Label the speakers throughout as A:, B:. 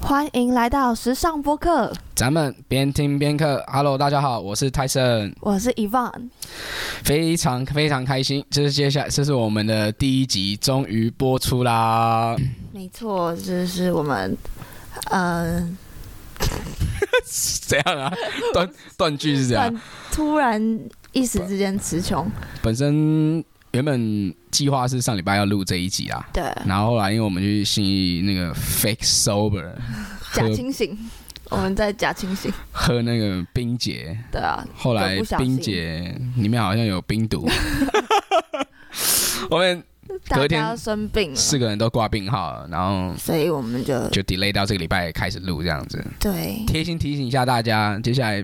A: 欢迎来到时尚播客，
B: 咱们边听边课。Hello，大家好，我是泰森，
A: 我是 Evan。
B: 非常非常开心，这是接下来这是我们的第一集，终于播出啦！
A: 没错，这是我们，嗯、
B: 怎样啊？断断句是这样
A: 很。突然一时之间词穷，
B: 本身原本计划是上礼拜要录这一集啦，
A: 对，
B: 然后后来因为我们去信义那个 Fake Sober
A: 假清醒，我们在假清醒，
B: 喝那个冰姐，
A: 对啊，
B: 后来
A: 就不小心
B: 冰姐里面好像有冰 毒，我们
A: 大
B: 隔天
A: 家都生病了，
B: 四个人都挂病号了，然后
A: 所以我们就
B: 就 delay 到这个礼拜开始录这样子。
A: 对
B: 贴心提醒一下大家，接下来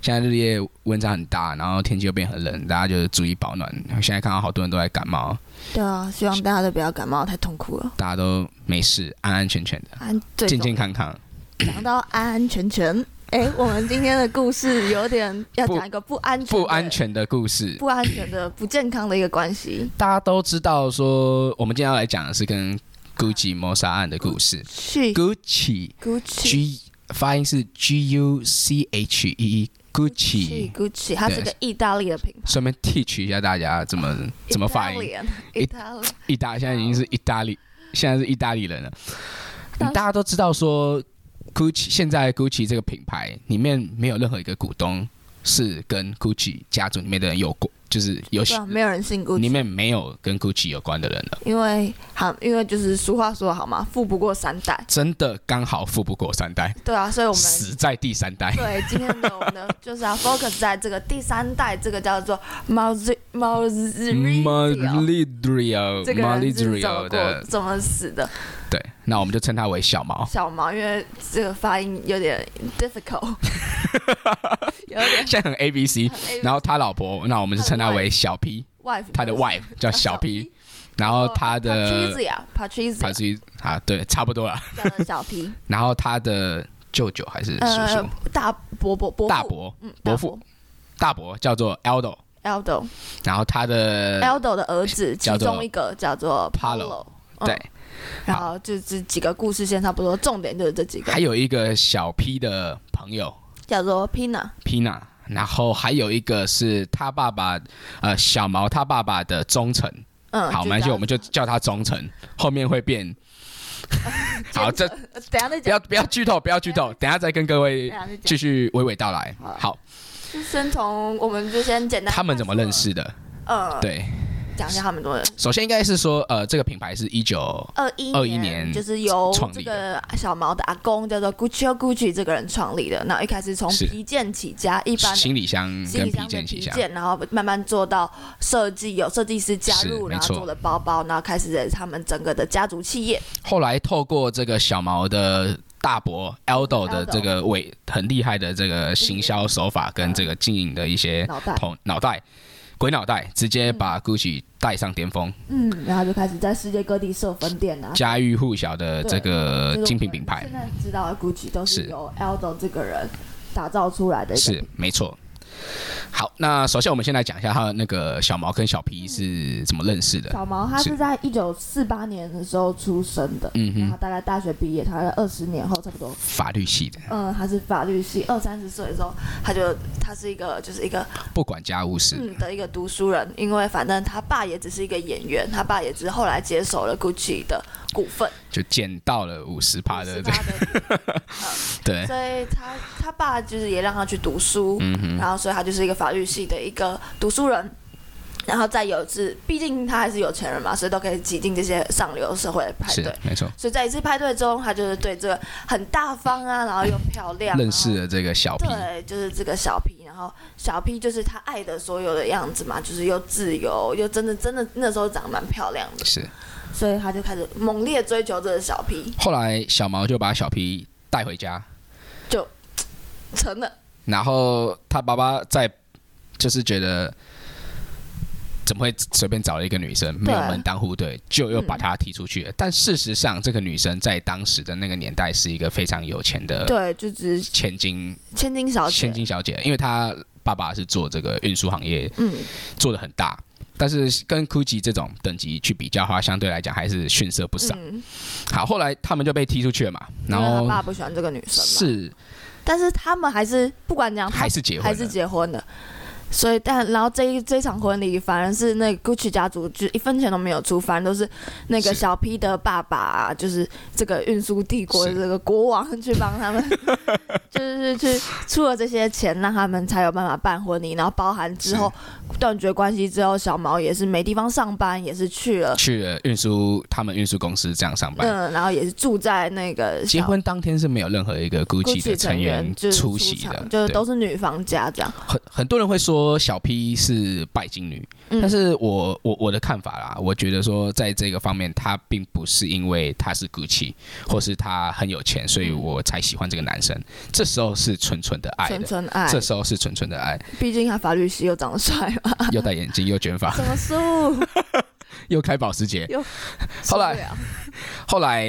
B: 现在日夜温差很大，然后天气又变很冷，大家就是注意保暖。现在看到好多人都在感冒，
A: 对啊，希望大家都不要感冒，太痛苦了。
B: 大家都没事，安安全全的，
A: 安最
B: 健
A: 重
B: 健康康。
A: 讲到安安全全，哎、我们今天的故事有点要
B: 不
A: 讲一个不安全的、
B: 不安全的故事，
A: 不安全的、不健康的一个关系。
B: 大家都知道说，我们今天要来讲的是跟 Gucci 谋杀案的故事。
A: 去
B: Gucci
A: Gucci
B: G 发音是 G U C H E E Gucci。
A: Gucci，它是
B: 对
A: 个意大利的品牌。
B: 顺便 teach 一下大家怎么怎么发音。
A: i t a l i
B: 意大现在已经是意大利，现在是意大利人了。
A: 当时
B: 大家都知道说，Gucci 现在 Gucci 这个品牌里面没有任何一个股东是跟 Gucci 家族里面的人有过，就是有
A: 对啊，没有人信
B: 里
A: Gucci，
B: 面没有跟 Gucci 有关的人了。
A: 因为好，因为就是俗话说得好嘛，富不过三代。
B: 真的刚好富不过三代，
A: 对啊，所以我们
B: 死在第三代。
A: 对，今天的我 们呢，就是要 focus 在这个第三代，这个叫做 Mauzi Mauzi。
B: Malidrio，
A: 这个人是怎么
B: Malidrio
A: 过
B: 的，
A: 怎么死的？
B: 对，那我们就称他为小毛。
A: 小毛，因为这个发音有点 difficult，有点
B: 现在很 A B C，
A: 很 A-
B: 然后他老婆，那我们就称他为小 P，
A: wife，
B: 他的 wife 叫小 P，然后
A: 哦
B: 他的
A: Patrizia，Patrizia
B: 是啊，对，差不多了。
A: 叫做小 P，
B: 然后他的舅舅还 是叔
A: 呃
B: 叔，，
A: 大伯伯伯父
B: 大，伯，
A: 嗯，
B: 伯父大伯叫做 Aldo，
A: 大伯 Aldo
B: 然后他的
A: Aldo 的儿子，其
B: 呃叫做
A: 中一个叫做
B: Paolo，
A: 嗯
B: 对，
A: 然后就这几个故事线差不多，重点就是这几个
B: 还，有一个小 P 的朋友
A: 叫做 Pina，
B: Pina，然后还有一个是他爸爸，呃，小毛他爸爸的忠诚。
A: 嗯，
B: 好，没关系，我们就叫他忠诚，后面会变。好，这
A: 呃等一下再
B: 不
A: 讲，
B: 要不要剧透，不要剧透，等一下再跟各
A: 等一
B: 位
A: 下再讲
B: 继，续娓娓道来。
A: 好
B: 好，
A: 就先从我们就先简单，
B: 他们怎么认？识的？
A: 呃，
B: 对，
A: 讲一下他们怎么认识。
B: 首先应该是说，呃，这个品牌是一九
A: 二一
B: 21年
A: 就是由
B: 创
A: 这
B: 立
A: 个小毛的阿公叫做 Gucci Gucci 这个人创立的。那一开始从
B: 是
A: 皮件起家，一般的
B: 行李箱
A: 行
B: 嗯跟
A: 李
B: 皮
A: 箱的
B: 件
A: 皮
B: 皮箱，
A: 件，然后慢慢做到设计，有设计师加
B: 是
A: 入，
B: 没
A: 然后
B: 错
A: 做了包包，然后开始了他们整个的家族企业。
B: 后来透过这个小毛的大伯 Aldo 的
A: Aldo
B: 这个伟很厉害的这个行销手法跟这个经营的一些
A: 脑袋
B: 头脑袋鬼脑袋，直接把 Gucci 带上巅峰，
A: 嗯，然后就开始在世界各地设分店啊。
B: 家喻户晓的这个
A: 就是
B: 精品
A: 我们
B: 品牌
A: 现。在知道的 Gucci 都是
B: 是
A: 由 Aldo 这个人打造出来的一个
B: 是没错。好，那首先我们先来讲一下他那个小毛跟小皮是怎么认识的。
A: 嗯小毛，他是
B: 是
A: 在一九四八年的时候出生的，
B: 嗯
A: 然后
B: 哼，
A: 大概大学毕业，大概二十年后差不多，
B: 法律系的，
A: 嗯，他是法律系，二三十岁的时候，他就他是一个就是一个
B: 不管家务事，
A: 嗯的一个读书人，因为反正他爸也只是一个演员，他爸也只是后来接手了 Gucci 的股份，
B: 就捡到了五十趴的
A: 是
B: 这个，
A: 他的，
B: 啊对，嗯
A: 所以他他爸就是也让他去读书，然后所以他就是一个法律系的一个读书人。然后再有一次，毕竟他还是有钱人嘛，所以都可以挤进这些上流社会的派
B: 是
A: 对。
B: 没错。
A: 所以在一次派对中，他就是对这个很大方啊，然后又漂亮，
B: 认识了这个小皮
A: 然后。对，就是这个小 P，然后小 P 就是他爱的所有的样子嘛，就是又自由，又真的真的那时候长得蛮漂亮的，
B: 是，
A: 所以他就开始猛烈追求这个小 P，
B: 后来小毛就把小皮带回家，
A: 成了
B: 然后他爸爸在就是觉得怎么会随便找了一个女生，没有门当户对，就又把她踢出去了。但事实上，这个女生在当时的那个年代是一个非常有钱的
A: 对，就只是
B: 千呃金
A: 千金小姐
B: 千，金小姐，因为她爸爸是做这个运输行业，
A: 嗯，
B: 做的很大。但是跟 Gucci 这种等级去比较的话，相对来讲还是逊色不少。
A: 嗯，
B: 好，后来他们就被踢出去了嘛，
A: 因
B: 然
A: 为他
B: 后
A: 爸不喜欢这个女生嘛，
B: 是
A: 但是他们还是不管怎样，他
B: 还是结婚
A: 还是
B: 了，
A: 结婚了。所以，但然后这一这一场婚礼，反而是那个 Gucci 家族就一分钱都没有出，反正都是那个
B: 是
A: 小 P 的爸爸、就是这个运输帝国的
B: 是
A: 这个国王去帮他 们，就是去出了这些钱，让他们才有办法办婚礼。然后包含之后断绝关系之后，小毛也是没地方上班，也是去了，
B: 去了运输他们运输公司这样上班。
A: 嗯，然后也是住在那个
B: 结
A: 小
B: 婚当天是没有任何一个 Gucci 的
A: Gucci
B: 成
A: 成
B: 员
A: 就是
B: 出
A: 出
B: 席的
A: 场，就是
B: 对
A: 都是女方家这样，
B: 很很多人会说小 P 是拜金女，
A: 嗯
B: 但是我我我的看法啦，我觉得说在这个方面，她并不是因为她是
A: 嗯
B: Gucci 或是她很有钱，所以我才喜欢这个男生。这时候是纯纯的爱
A: 纯
B: 的，
A: 纯爱。
B: 这时候是纯纯的爱，
A: 毕竟他法律系又长得帅嘛，
B: 又戴眼镜，又卷发，
A: 怎么输？
B: 又开保时捷。
A: 受
B: 后来
A: 不了
B: 后来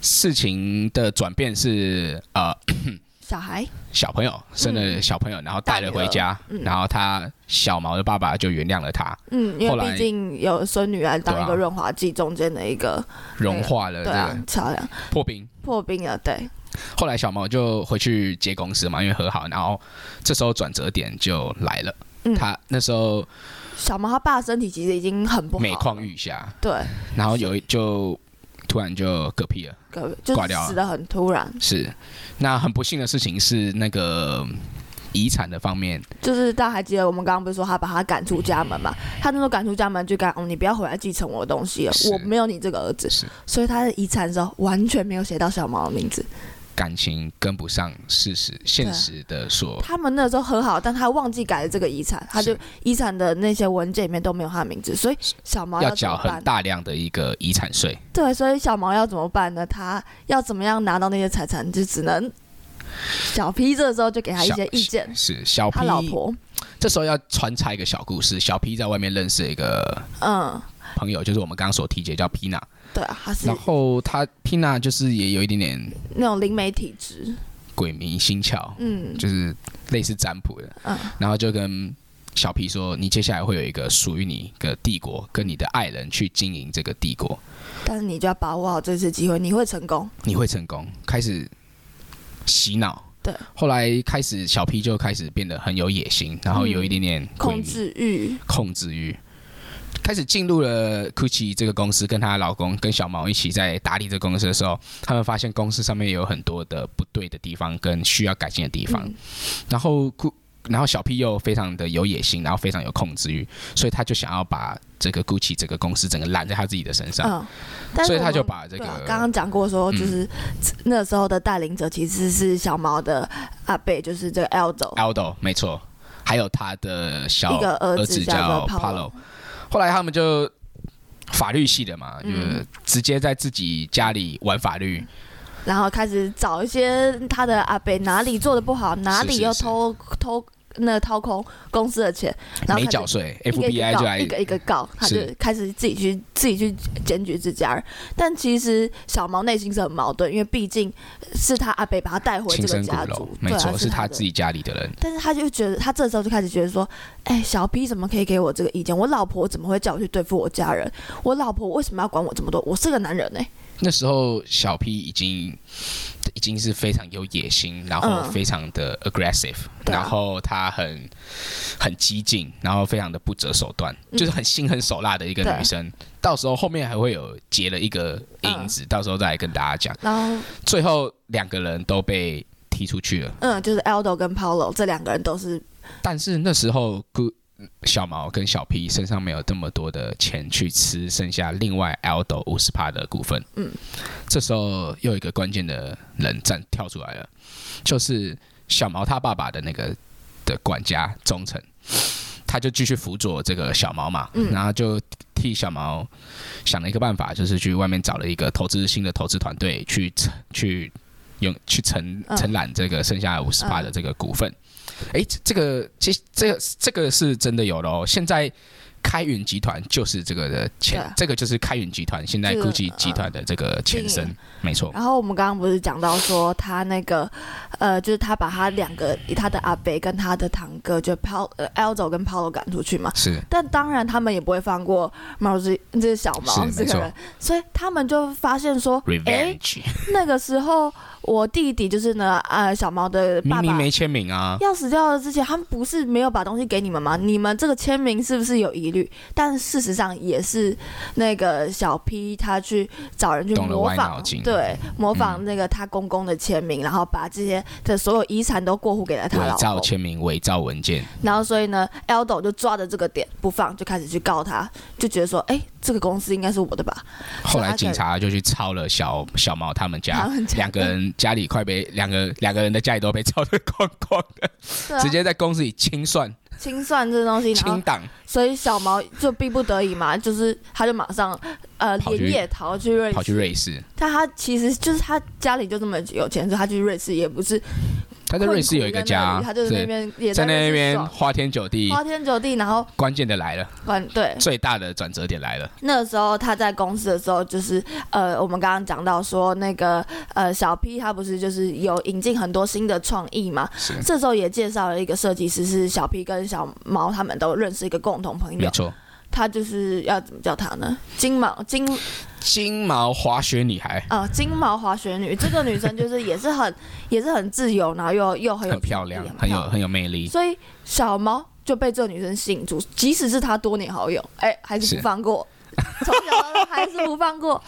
B: 事情的转变是呃，
A: 小孩，
B: 小朋友生了小朋友，然后带了回家，
A: 嗯
B: 然后他小毛的爸爸就原谅了他，
A: 嗯，因
B: 后
A: 为
B: 来
A: 毕竟有孙女来当一
B: 对啊
A: 个润滑剂中间的一个，
B: 融化了这
A: 对啊
B: 个，
A: 桥梁
B: 破冰。
A: 破冰了，对，
B: 后来小毛就回去接公司嘛，因为和好，然后这时候转折点就来了。
A: 嗯
B: 他那时候
A: 小毛他爸身体其实已经很不好了，
B: 每况愈下，
A: 对，
B: 然后有一就突然就嗝屁了。
A: 可就
B: 挂
A: 是
B: 掉了
A: 死的很突然，
B: 是，那很不幸的事情是那个遗产的方面，
A: 就是大家还记得我们刚刚不是说他把他赶出家门嘛？他那时候赶出家门就讲、哦，你不要回来继承我的东西了
B: 是，
A: 我没有你这个儿子
B: 是，
A: 所以他的遗产的时候完全没有写到小毛的名字。
B: 感情跟不上事实现实的所
A: 他们那时候和好，但他忘记改了这个遗产，他就是遗产的那些文件里面都没有他的名字，所以小毛
B: 要
A: 怎
B: 缴
A: 么
B: 很
A: 办？
B: 大量的一个遗产税。
A: 对，所以小毛要怎么办呢？他要怎么样拿到那些财产，就只能小 P 这时候就给他一些意见。
B: 是小 P
A: 他老婆，
B: 这时候要穿插一个小故事，小 P 在外面认识一个
A: 嗯，
B: 朋友，就是我们刚刚所提及的叫 Pina，
A: 对啊，他是
B: 然后他 Pina 就是也有一点点
A: 那种灵媒体质，
B: 鬼迷心窍，
A: 嗯
B: 就是类似占卜的，
A: 嗯
B: 然后就跟小 P 说，你接下来会有一个属于你的帝国，跟你的爱人去经营这个帝国，
A: 但是你就要把握好这次机会，你会成功。
B: 你会成功。开始洗脑，
A: 对，
B: 后来开始小 P 就开始变得很有野心，然后有一点点
A: 嗯
B: 鬼
A: 控
B: 迷
A: 制欲，
B: 控制欲。开始进入了 Gucci 这个公司，跟她老公跟小毛一起在打理这个公司的时候，他们发现公司上面有很多的不对的地方跟需要改进的地方。
A: 嗯
B: 然后顾，然后小 P 又非常的有野心，然后非常有控制欲，所以他就想要把这个 Gucci 整个公司整个揽在他自己的身上，
A: 嗯，但是
B: 所以
A: 我
B: 他就
A: 们
B: 把这个嗯
A: 对啊刚刚讲过说，就是那时候的带领者其实是小毛的阿贝，就是这个 Aldo
B: Aldo 没错，还有他的小
A: 一个儿
B: 儿
A: 子
B: 子
A: 叫
B: 叫
A: 做
B: Palo
A: Paulo。
B: 后来他们就法律系的
A: 嗯
B: 嘛，就是直接在自己家里玩法律，
A: 然后开始找一些他的阿北哪里做的不好，哪里又偷偷那掏空公司的钱，然后
B: 没
A: 开始
B: 缴税
A: 一个一个
B: ，FBI 就
A: 告，
B: 来
A: 一个一个告，他就是开始自己去自己去检举自家人。但其实小毛内心是很矛盾，因为毕竟是他阿北把他带回
B: 亲
A: 这个
B: 生骨
A: 家
B: 肉
A: 族，，
B: 没
A: 对啊
B: 错，是他
A: 的
B: 自己家里的人，
A: 但是他就觉得，他这时候就开始觉得说，哎、小 P 怎么可以给我这个意见？我老婆怎么会叫我去对付我家人？我老婆为什么要管我这么多？我是个男人哎、
B: 那时候小 P 已经已经是非常有野心，然后
A: 嗯
B: 非常的 aggressive，、
A: 对啊
B: 然后他很很激进，然后非常的不择手段，就是很心狠手辣的一个
A: 嗯对啊嗯
B: 女生。到时候后面还会有结了一个影子，到时候再来跟大家讲。
A: 然后，
B: 最后两个人都被踢出去了，
A: 嗯，就是 Aldo 跟 Paulo 这两个人都是
B: 但是那时候顾小毛跟小 P 身上没有这么多的钱去吃剩下另外 Aldo 五十趴的股份。
A: 嗯，
B: 这时候又有一个关键的人站跳出来了，就是小毛他爸爸的那个的管家忠诚，他就继续辅佐这个小毛嘛，然后就替小毛想了一个办法，就是去外面找了一个投资新的投资团队去承去用去承
A: 嗯
B: 承揽这个剩下五十趴的这个股份。诶，这这个其实这个这个是真的有的哦，现在。开云集团就是这个的
A: 对，
B: 前啊这个就是开云集团现在呃
A: 这个
B: 估计集团的这个前
A: 经
B: 身
A: 营，
B: 没错，
A: 然后我们刚刚不是讲到说他那个，呃，就是他把他两个他的阿伯跟他的堂哥就 p a 呃 Elzo 跟 Paulo 赶出去嘛，
B: 是
A: 但当然他们也不会放过毛子这是小毛
B: 是
A: 这
B: 没
A: 个
B: 错
A: 人，所以他们就发现说，哎，
B: revenge，
A: 那个时候我弟弟就是呢，呃，小毛的爸
B: 明
A: 爸
B: 明没签名啊，
A: 要死掉了之前，他们不是没有把东西给你们吗？你们这个签名是不是有疑虑？但事实上也是那个小 P 他去找人去
B: 动了
A: 模
B: 歪
A: 仿
B: 脑筋，嗯
A: 对，模仿那个他公公的签名，然后把这些的所有遗产都过户给了他
B: 伪
A: 老
B: 造
A: 公。
B: 签名、伪造文件，
A: 然后所以呢，Eldo 就抓着这个点不放，就开始去告他，就觉得说，哎，这个公司应该是我啊的吧？
B: 后来警察就去抄了小小毛他们
A: 他
B: 家。
A: 们讲
B: 两个人家里快被两个两个人的家里都被抄得光光的，
A: 对啊
B: 直接在公司里清算
A: 清算这东西，然后
B: 清档，
A: 所以小毛就逼不得已 嘛，就是他就马上呃
B: 跑去
A: 连夜逃去瑞
B: 跑去
A: 士。
B: 瑞士。
A: 但他其实就是他家里就这么有钱，所以他去瑞士也不是
B: 他在瑞士有一个
A: 困苦在那
B: 家
A: 里，他就是那边也
B: 在那
A: 瑞士
B: 边
A: 爽
B: 花天酒地。
A: 花天酒地，然后
B: 关键的来了，
A: 管对
B: 最大的转折点来了，
A: 那时候他在公司的时候，就是呃，我们刚刚讲到说那个呃小 P 他不是就是有引进很多新的创意嘛，
B: 是
A: 这时候也介绍了一个设计师，是小 P 跟小毛他们都认识一个共同朋
B: 没
A: 友，
B: 错。
A: 他就是要怎么叫他呢？金毛金
B: 金毛滑雪女孩
A: 呃，金毛滑雪女这个女生就是也是很也是很自由，然后又又很有
B: 很漂亮
A: 创意，
B: 很有很有魅力，
A: 所以小毛就被这女生吸引住，即使是他多年好友，哎、还是
B: 是
A: 不放过，从小到大还是不放过。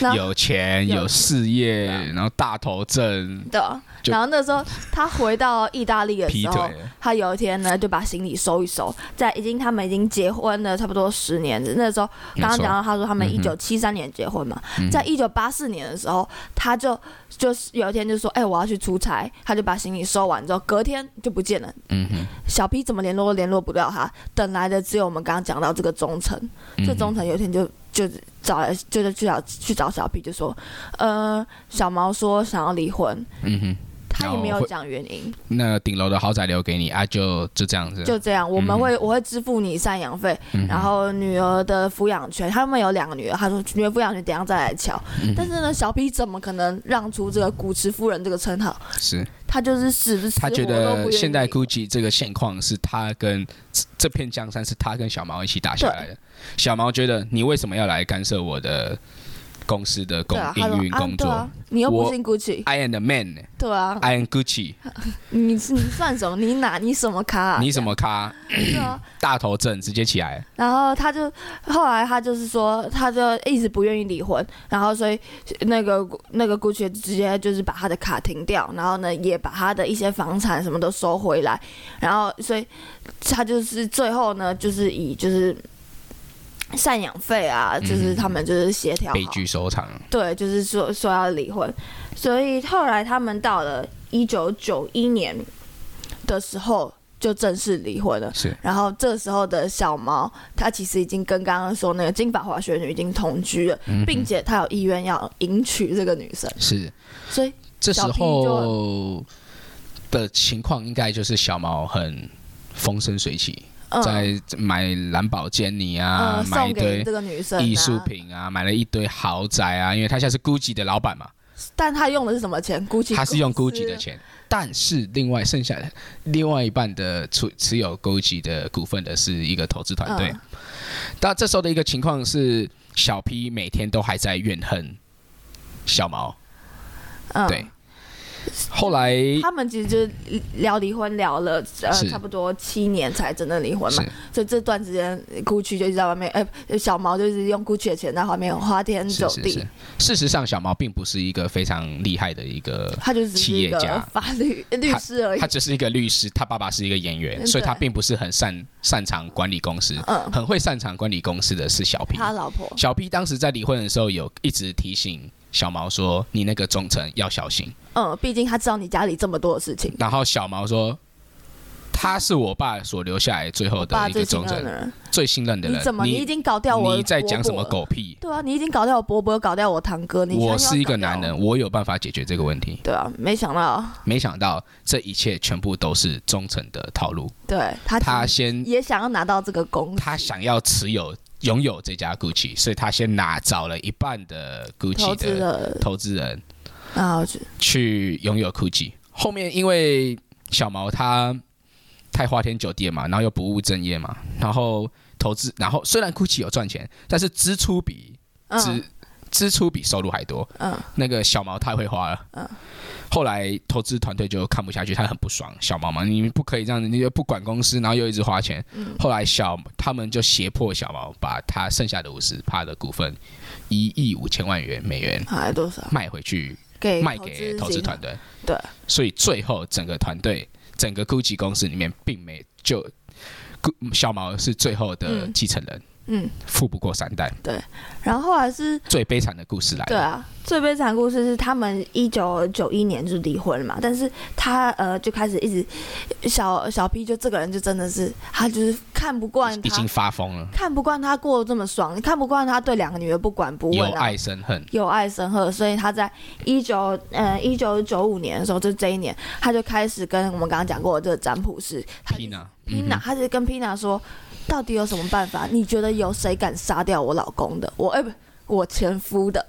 A: 然后
B: 有钱
A: 有
B: 有事业，
A: 对啊
B: 然后大头症，
A: 的，
B: 就
A: 然后那时候他回到意大利的
B: 劈
A: 时候
B: 腿，
A: 他有一天呢就把行李收一收，在已经他们已经结婚了差不多十年，那时候刚刚
B: 没错
A: 讲到他说他们
B: 嗯哼嗯
A: 一九七三年结婚嘛，在一九八四年的时候，他就就是有一天就说，哎、我要去出差，他就把行李收完之后，隔天就不见了，
B: 嗯哼，
A: 小 P 怎么联络都联络不到他，等来的只有我们刚刚讲到这个忠诚。
B: 嗯
A: 这
B: 哼
A: 忠诚有一天就就找来，就是去找去找小 P，就说，呃，小毛说想要离婚，
B: 嗯哼，
A: 他也没
B: 然后
A: 有
B: 会
A: 讲原因，
B: 那顶楼的豪宅留给你啊，就就这样子，
A: 就这样，我
B: 嗯
A: 们会我会支付你赡养费，然后女儿的抚养权，他们有两个女儿，他说女儿抚养权等一下再来瞧，
B: 嗯
A: 但是呢，小 P 怎么可能让出这个古驰夫人这个称号？
B: 是
A: 他就是死不死
B: 他
A: 活
B: 觉
A: 都不
B: 得
A: 愿
B: 现在
A: 意
B: GUCCI 这个现况是他跟这这片江山是他跟小毛一起打下来的，小毛觉得你为什么要来干涉我的公司的工
A: 对啊，他说
B: 营运
A: 啊
B: 工
A: 对
B: 作、
A: 啊，你又不
B: 我
A: 信 Gucci，
B: i am the man,
A: 对啊，
B: I am Gucci，、
A: 你是你算什么？你哪你什么咖、啊？
B: 你什么咖？
A: 对啊？哦
B: 大头症直接起来，
A: 然后他就后来他就是说，他就一直不愿意离婚，然后所以那个那个 Gucci 直接就是把他的卡停掉，然后呢也把他的一些房产什么都收回来，然后所以他就是最后呢就是以就是。赡养费啊，就是他们就是协调好
B: 嗯悲剧收场。
A: 对，就是说说要离婚，所以后来他们到了一九九一年的时候就正式离婚了。
B: 是
A: 然后这时候的小毛，他其实已经跟刚刚说那个金发滑雪女已经同居了，
B: 嗯
A: 并且他有意愿要迎娶这个女生，
B: 是，
A: 所以
B: 这时
A: 小 P
B: 候的情况应该就是小毛很风生水起，
A: 嗯
B: 在买蓝宝坚尼啊，
A: 呃
B: 买
A: 送
B: 一
A: 给
B: 堆
A: 这个女生、
B: 艺术，品啊，买了一堆豪宅啊，因为他现在是 GUCCI 的老板嘛，
A: 但他用的是什么钱？GUCCI，
B: 他是用
A: 公司
B: GUCCI 的钱，但是另外剩下的另外一半的持持有 GUCCI 的股份的是一个投资团队
A: 嗯。
B: 但这时候的一个情况是，小 P 每天都还在怨恨小毛，
A: 嗯
B: 对。后来
A: 他们其实就是聊离婚聊了呃
B: 是
A: 差不多七年才真的离婚嘛
B: 是，
A: 所以这段时间 Gucci 就一直在外面，哎、小毛就是用 Gucci 的钱在外面花天
B: 是
A: 酒
B: 是
A: 地，
B: 是，事实上小毛并不是一个非常厉害的一个。
A: 他就只是一
B: 企业家
A: 个法律呃律师而已
B: 他，只是一个律师，他爸爸是一个演员，
A: 对
B: 所以他并不是很擅擅长管理公司。
A: 嗯，
B: 很会擅长管理公司的是小 P。
A: 他老婆
B: 小 P 当时在离婚的时候，有一直提醒小毛说：“你那个忠诚要小心。
A: 嗯，毕竟他知道你家里这么多的事情”，
B: 然后小毛说：“他是我爸所留下来最后的
A: 爸
B: 一
A: 最
B: 个
A: 信
B: 忠
A: 任的
B: 诚，
A: 人，
B: 最信任的
A: 你
B: 人。
A: 怎么你已经搞掉我的
B: 你在讲什
A: 伯
B: 么
A: 伯了？
B: 狗屁？
A: 对啊，你已经搞掉我伯伯，搞掉我堂哥，你现在又
B: 我
A: 要
B: 是一个
A: 搞掉
B: 男
A: 我。
B: 人，我有办法解决这个问题。
A: 对啊，没想到，
B: 没想到这一切全部都是忠诚的套路。
A: 对他
B: 他
A: 其实
B: 先
A: 也想要拿到这个公司，
B: 他想要持有拥有这家 Gucci，所以他先拿找了一半的
A: 投
B: Gucci
A: 资
B: 的
A: 了，
B: 投资人
A: 然后就
B: 去拥有 Gucci。后面因为小毛他太花天酒地了嘛，然后又不务正业嘛，然后投资，然后虽然 Gucci 有赚钱，但是支出比支、
A: 嗯
B: 支出比收入还多。
A: 嗯，
B: 那个小毛太会花了。嗯，后来投资团队就看不下去，他很不爽小毛嘛，你们不可以这样子，你就不管公司，然后又一直花钱。
A: 嗯
B: 后来小他们就胁迫小毛把他剩下的五十趴的股份，一亿五千万元美元
A: 还多少
B: 卖回去，
A: 给
B: 卖给投资
A: 金
B: 团队。
A: 对，
B: 所以最后整个团队，整个 GUCCI 公司里面并没就。小毛是最后的
A: 嗯
B: 继承人，
A: 嗯，
B: 富不过三代。
A: 然后后来是
B: 最悲惨的故事来
A: 对
B: 了。
A: 啊，最悲惨的故事是他们一九九一年就离婚了嘛，但是他呃就开始一直小小 P 就这个人就真的是他就是看不惯
B: 已
A: 他
B: 经，发疯了，
A: 看不惯他过得这么爽，看不惯他对两个女儿不管不问
B: 有
A: 啊，
B: 爱生恨。
A: 有爱生恨，所以他在一九呃一九九五年的时候，就这一年，他就开始跟我们刚刚讲过的这个占卜师他就
B: Pina，嗯
A: Pina，、他就跟 Pina 说，到底有什么办法？你觉得有谁敢杀掉我老公的？我哎、不，我前夫 的。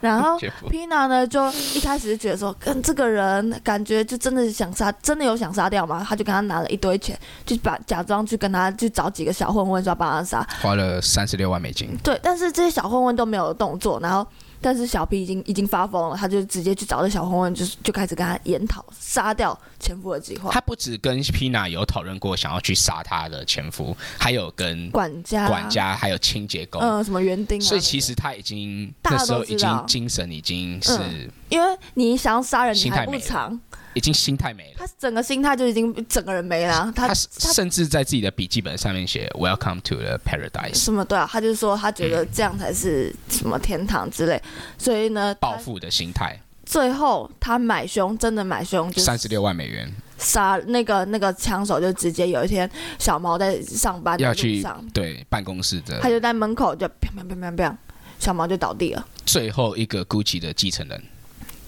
A: 然后
B: 姐夫
A: Pina 呢，就一开始就觉得说，跟这个人感觉就真的是想杀，真的有想杀掉吗？他就跟他拿了一堆钱，就把假装去跟他去找几个小混混说帮他杀，
B: 花了三十六万美金，
A: 对，但是这些小混混都没有动作，然后但是小 P 已经已经发疯了，他就直接去找这小混混，就是就开始跟他研讨杀掉前夫的计划，
B: 他不止跟 Pina 有讨论过想要去杀他的前夫，还有跟
A: 管家
B: 管家还有清洁工，
A: 啊嗯、什么园丁、啊，
B: 所以其实他已经
A: 大
B: 那
A: 家
B: 时
A: 都
B: 候
A: 知道嗯
B: 已经精神已经是、
A: 因为你想要杀人，你
B: 心
A: 还
B: 态
A: 不
B: 没了
A: 长，
B: 已经心态没了。
A: 他整个心态就已经整个人没了啊，他
B: 他甚至在自己的笔记本上面写 “Welcome to the Paradise”，
A: 什么对啊，他就说他觉
B: 嗯
A: 得这样才是什么天堂之类，所以呢，
B: 暴
A: 他
B: 富的心态，
A: 最后他买凶，真的买凶，就是
B: 三十六万美元
A: 杀那个那个枪手就直接有一天小毛在上班的
B: 要
A: 路
B: 去呃
A: 上
B: 对办公室
A: 他
B: 的
A: 就在门口就砰砰砰砰砰，小毛就倒地了，
B: 最后一个 GUCCI 的继承人，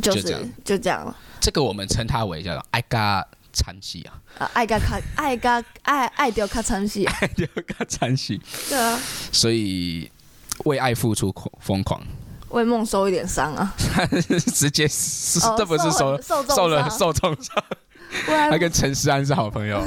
A: 就
B: 就是这样
A: 就这样了。
B: 这个我们称他为叫做 “I got 残戏”啊，
A: 啊，爱嘎 卡，爱嘎爱爱丢卡参戏，
B: 有个残戏，
A: 对啊，
B: 所以为爱付出狂疯狂，
A: 为梦受一点伤啊，
B: 直接是、
A: 哦
B: 这不是
A: 受
B: 受
A: 受重
B: 受了
A: 伤
B: 受重伤，
A: 为爱
B: 他跟陈思安是好 朋友，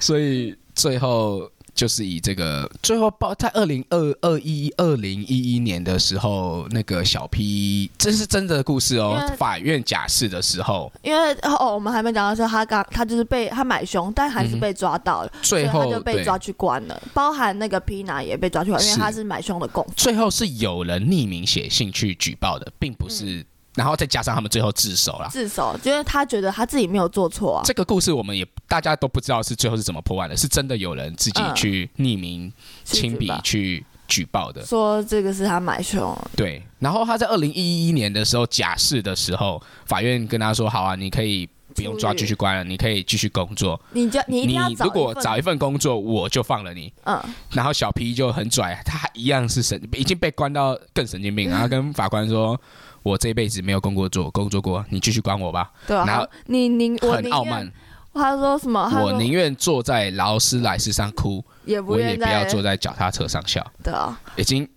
B: 所以最后就是以这个最后报在二零二二一二零一一年的时候，那个小 P 这是真的故事哦
A: 因为，
B: 法院假释的时候，
A: 因为哦，我们还没讲到说他刚他就是被他买凶，但
B: 嗯
A: 还是被抓到了，所以他
B: 最后
A: 就被
B: 对
A: 抓去关了，包含那个 Pina 也被抓去关，因为
B: 是
A: 他是买凶的共犯，
B: 最后是有人匿名写信去举报的，并不是，然后再加上他们最后自首啦。
A: 嗯自首，因为他觉得他自己没有做错啊，
B: 啊这个故事我们也大家都不知道是最后是怎么破案的，是真的有人自己
A: 嗯
B: 去匿名
A: 是
B: 亲笔
A: 吧
B: 去举报的。
A: 说这个是他买凶，
B: 对，然后他在二零一一年的时候假释的时候，法院跟他说：“好啊，你可以不用抓，
A: 出狱
B: 继续关了，你可以继续工作。
A: 你就你一定要找
B: 如果
A: 一份
B: 找一份工作，我就放了你。
A: 嗯，”
B: 然后小 P 就很拽，他一样是神，已经被关到更神经病，然后跟法官说：“我这辈子没有工作做，工作过，你继续关我吧。
A: 对吧、
B: 然
A: 啊
B: 后？
A: 你宁”我
B: 很
A: 宁
B: 傲
A: 愿啊
B: 慢，
A: 他说什么？他
B: 我
A: 说
B: 宁愿坐在劳斯莱斯上哭，
A: 也不
B: 我
A: 愿
B: 也
A: 意
B: 不要坐在脚踏车上笑。
A: 对啊，
B: 已经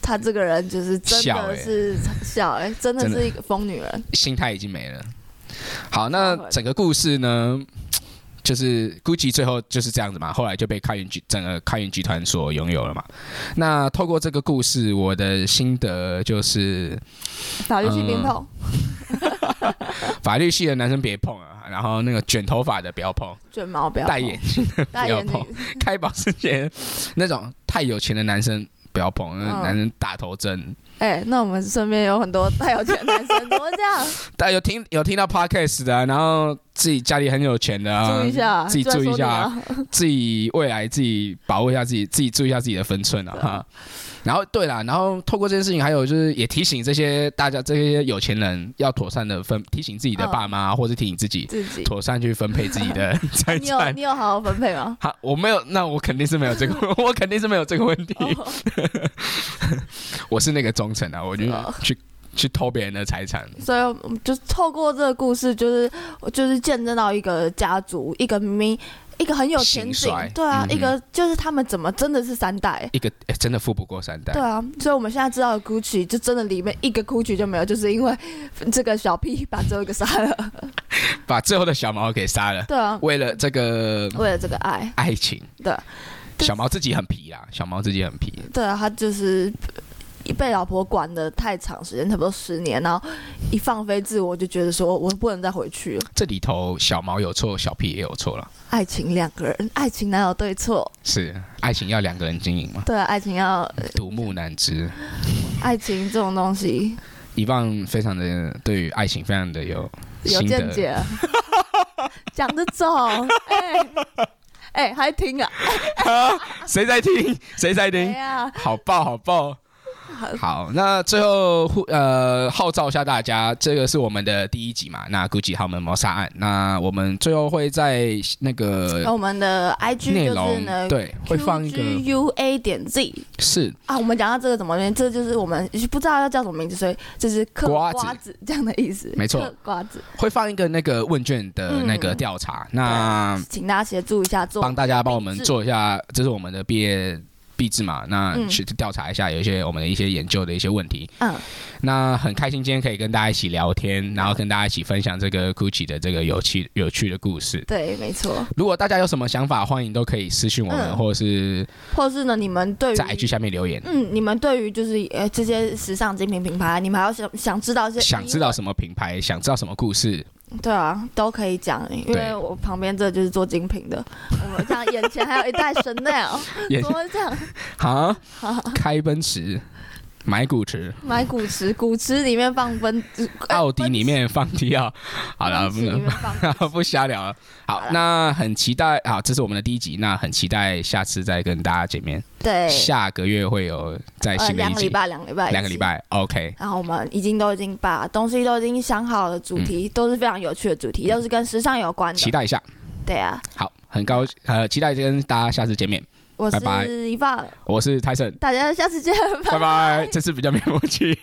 A: 她这个人就是真
B: 笑
A: 的
B: 欸
A: 是笑哎、真的
B: 真的
A: 是一个疯女人。
B: 心态已经没了。好，那整个故事呢，就是 GUCCI 最后就是这样子嘛，后来就被开云集整个开云集团所拥有了嘛。那透过这个故事，我的心得就是，
A: 法律去
B: 嗯
A: 冰碰，
B: 法律系的男生别碰啊，然后那个卷头发的不要碰，
A: 卷毛不要
B: 戴
A: 碰
B: 眼镜、
A: 戴
B: 不要
A: 眼镜，
B: 开保时捷那种太有钱的男生不要碰，那
A: 嗯
B: 男人打头针。
A: 哎、那我们身边有很多带有钱的男生，怎么这 样？
B: 但有听有听到 podcast 的啊、然后自己家里很有钱的、啊，
A: 注意一下，
B: 自己
A: 就在
B: 注意一
A: 说你
B: 下
A: 啊，
B: 自己未来自己把握一下自己，自己注意一下自己的分寸啊。哈。然后对啦，然后透过这件事情，还有就是也提醒这些大家这些有钱人要妥善的分，提醒自己的爸妈、或者提醒自己
A: 自己。
B: 妥善去分配自己的财
A: 嗯你有
B: 产。
A: 你有好好分配 吗？
B: 好，我没有，那我肯定是没有 这个，我肯定是没有这个问题。
A: 哦
B: 我是那个忠诚啊，我就
A: 哦
B: 去去偷别人的财产。
A: 所以我们就透过这个故事，就是就是见证到一个家族，一个明明一个很有前
B: 兴
A: 景
B: 衰，
A: 对啊
B: 嗯，哼
A: 一个就是他们怎么真的是三代，
B: 一个、诶真的富不过三代
A: 对。啊，所以我们现在知道的 Gucci 就真的里面一个 Gucci 就没有，就是因为 这个小 P 把最后一个杀了，
B: 把最后的小毛给杀了，
A: 对啊，
B: 为了这个
A: 为了这个爱，
B: 爱情，
A: 对对
B: 小毛自己很皮啦，小毛自己很皮，
A: 对啊，他就是被老婆管的太长时间，差不多十年，然后一放飞自我，就觉得说我不能再回去了。
B: 这里头小毛有错，小屁也有错了，
A: 爱情两个人，爱情哪有对错？
B: 是爱情要两个人经营嘛，
A: 对啊，爱情要
B: 独木难支。
A: 爱情这种东西
B: 以棒非常的对于爱情非常的有
A: 有
B: 心
A: 见
B: 得，
A: 解，讲这种，哎、哎、还听啊？
B: 谁在听？谁在
A: 哎
B: 听？
A: 呀，
B: 好爆，好爆！好，那最后呼呃号召一下大家，这个是我们的第一集嘛，那 Gucci 豪门谋杀案，那我们最后会在那
A: 那
B: 个
A: 我们的 IG 哦就
B: 内
A: 是
B: 容
A: 呢，
B: 对会放一个
A: U A 点 Z
B: 是
A: 啊。我们讲到这个怎么念，这就是我们不知道要叫什么名字，所以这是嗑
B: 瓜
A: 瓜
B: 子
A: 子这样的意思。
B: 没错
A: 嗑瓜子，
B: 会放一个那个问卷的那个
A: 嗯
B: 调查，那
A: 请大家协助一下做
B: 帮大家帮我们
A: 毕制
B: 做一下，这是我们的毕业毕制嘛，那
A: 嗯
B: 去调查一下有一些我们的一些研究的一些问题。
A: 嗯，
B: 那很开心今天可以跟大家一起聊天，然后跟大家一起分享这个 Gucci 的这个有趣有趣的故事。
A: 对，没错。
B: 如果大家有什么想法，欢迎都可以私信我们，
A: 嗯
B: 或者是
A: 或是呢，你们对于
B: 在 IG 下面留言。
A: 嗯，你们对于就是呃这些时尚精品品牌，你们还要想想知道一些
B: 想知道什么品牌，想知道什么故事，
A: 对啊，都可以讲，因
B: 对
A: 为我旁边这就是做精品的，我们这样眼前还有一袋 Chanel，
B: 也
A: 怎么会这样？
B: 啊，
A: 好，
B: 开奔驰，买古驰，
A: 买古驰，古驰里面放奔，呃
B: 奥迪里面放迪奥。 好了，
A: 奔
B: 不
A: 驰里
B: 能
A: 面放
B: 不瞎聊了。好
A: 好，啦
B: 那很期待，好，这是我们的第一集，那很期待下次再跟大家见面。
A: 对，
B: 下个月会有在
A: 呃
B: 新的
A: 两
B: 一
A: 个礼
B: 集，
A: 拜，两个礼拜，
B: 两个礼。拜，OK，
A: 然后我们已经都已经把东西都已经想好了，主题、都是非常有趣的主题，都是跟时尚有关
B: 嗯期
A: 的。
B: 待一下。
A: 对啊，
B: 好，很高，呃，期待跟大家下次见面。
A: 我
B: 拜拜
A: 是一放，
B: 我是泰森，
A: 大家下次见，拜
B: 拜拜，这次比较没默契。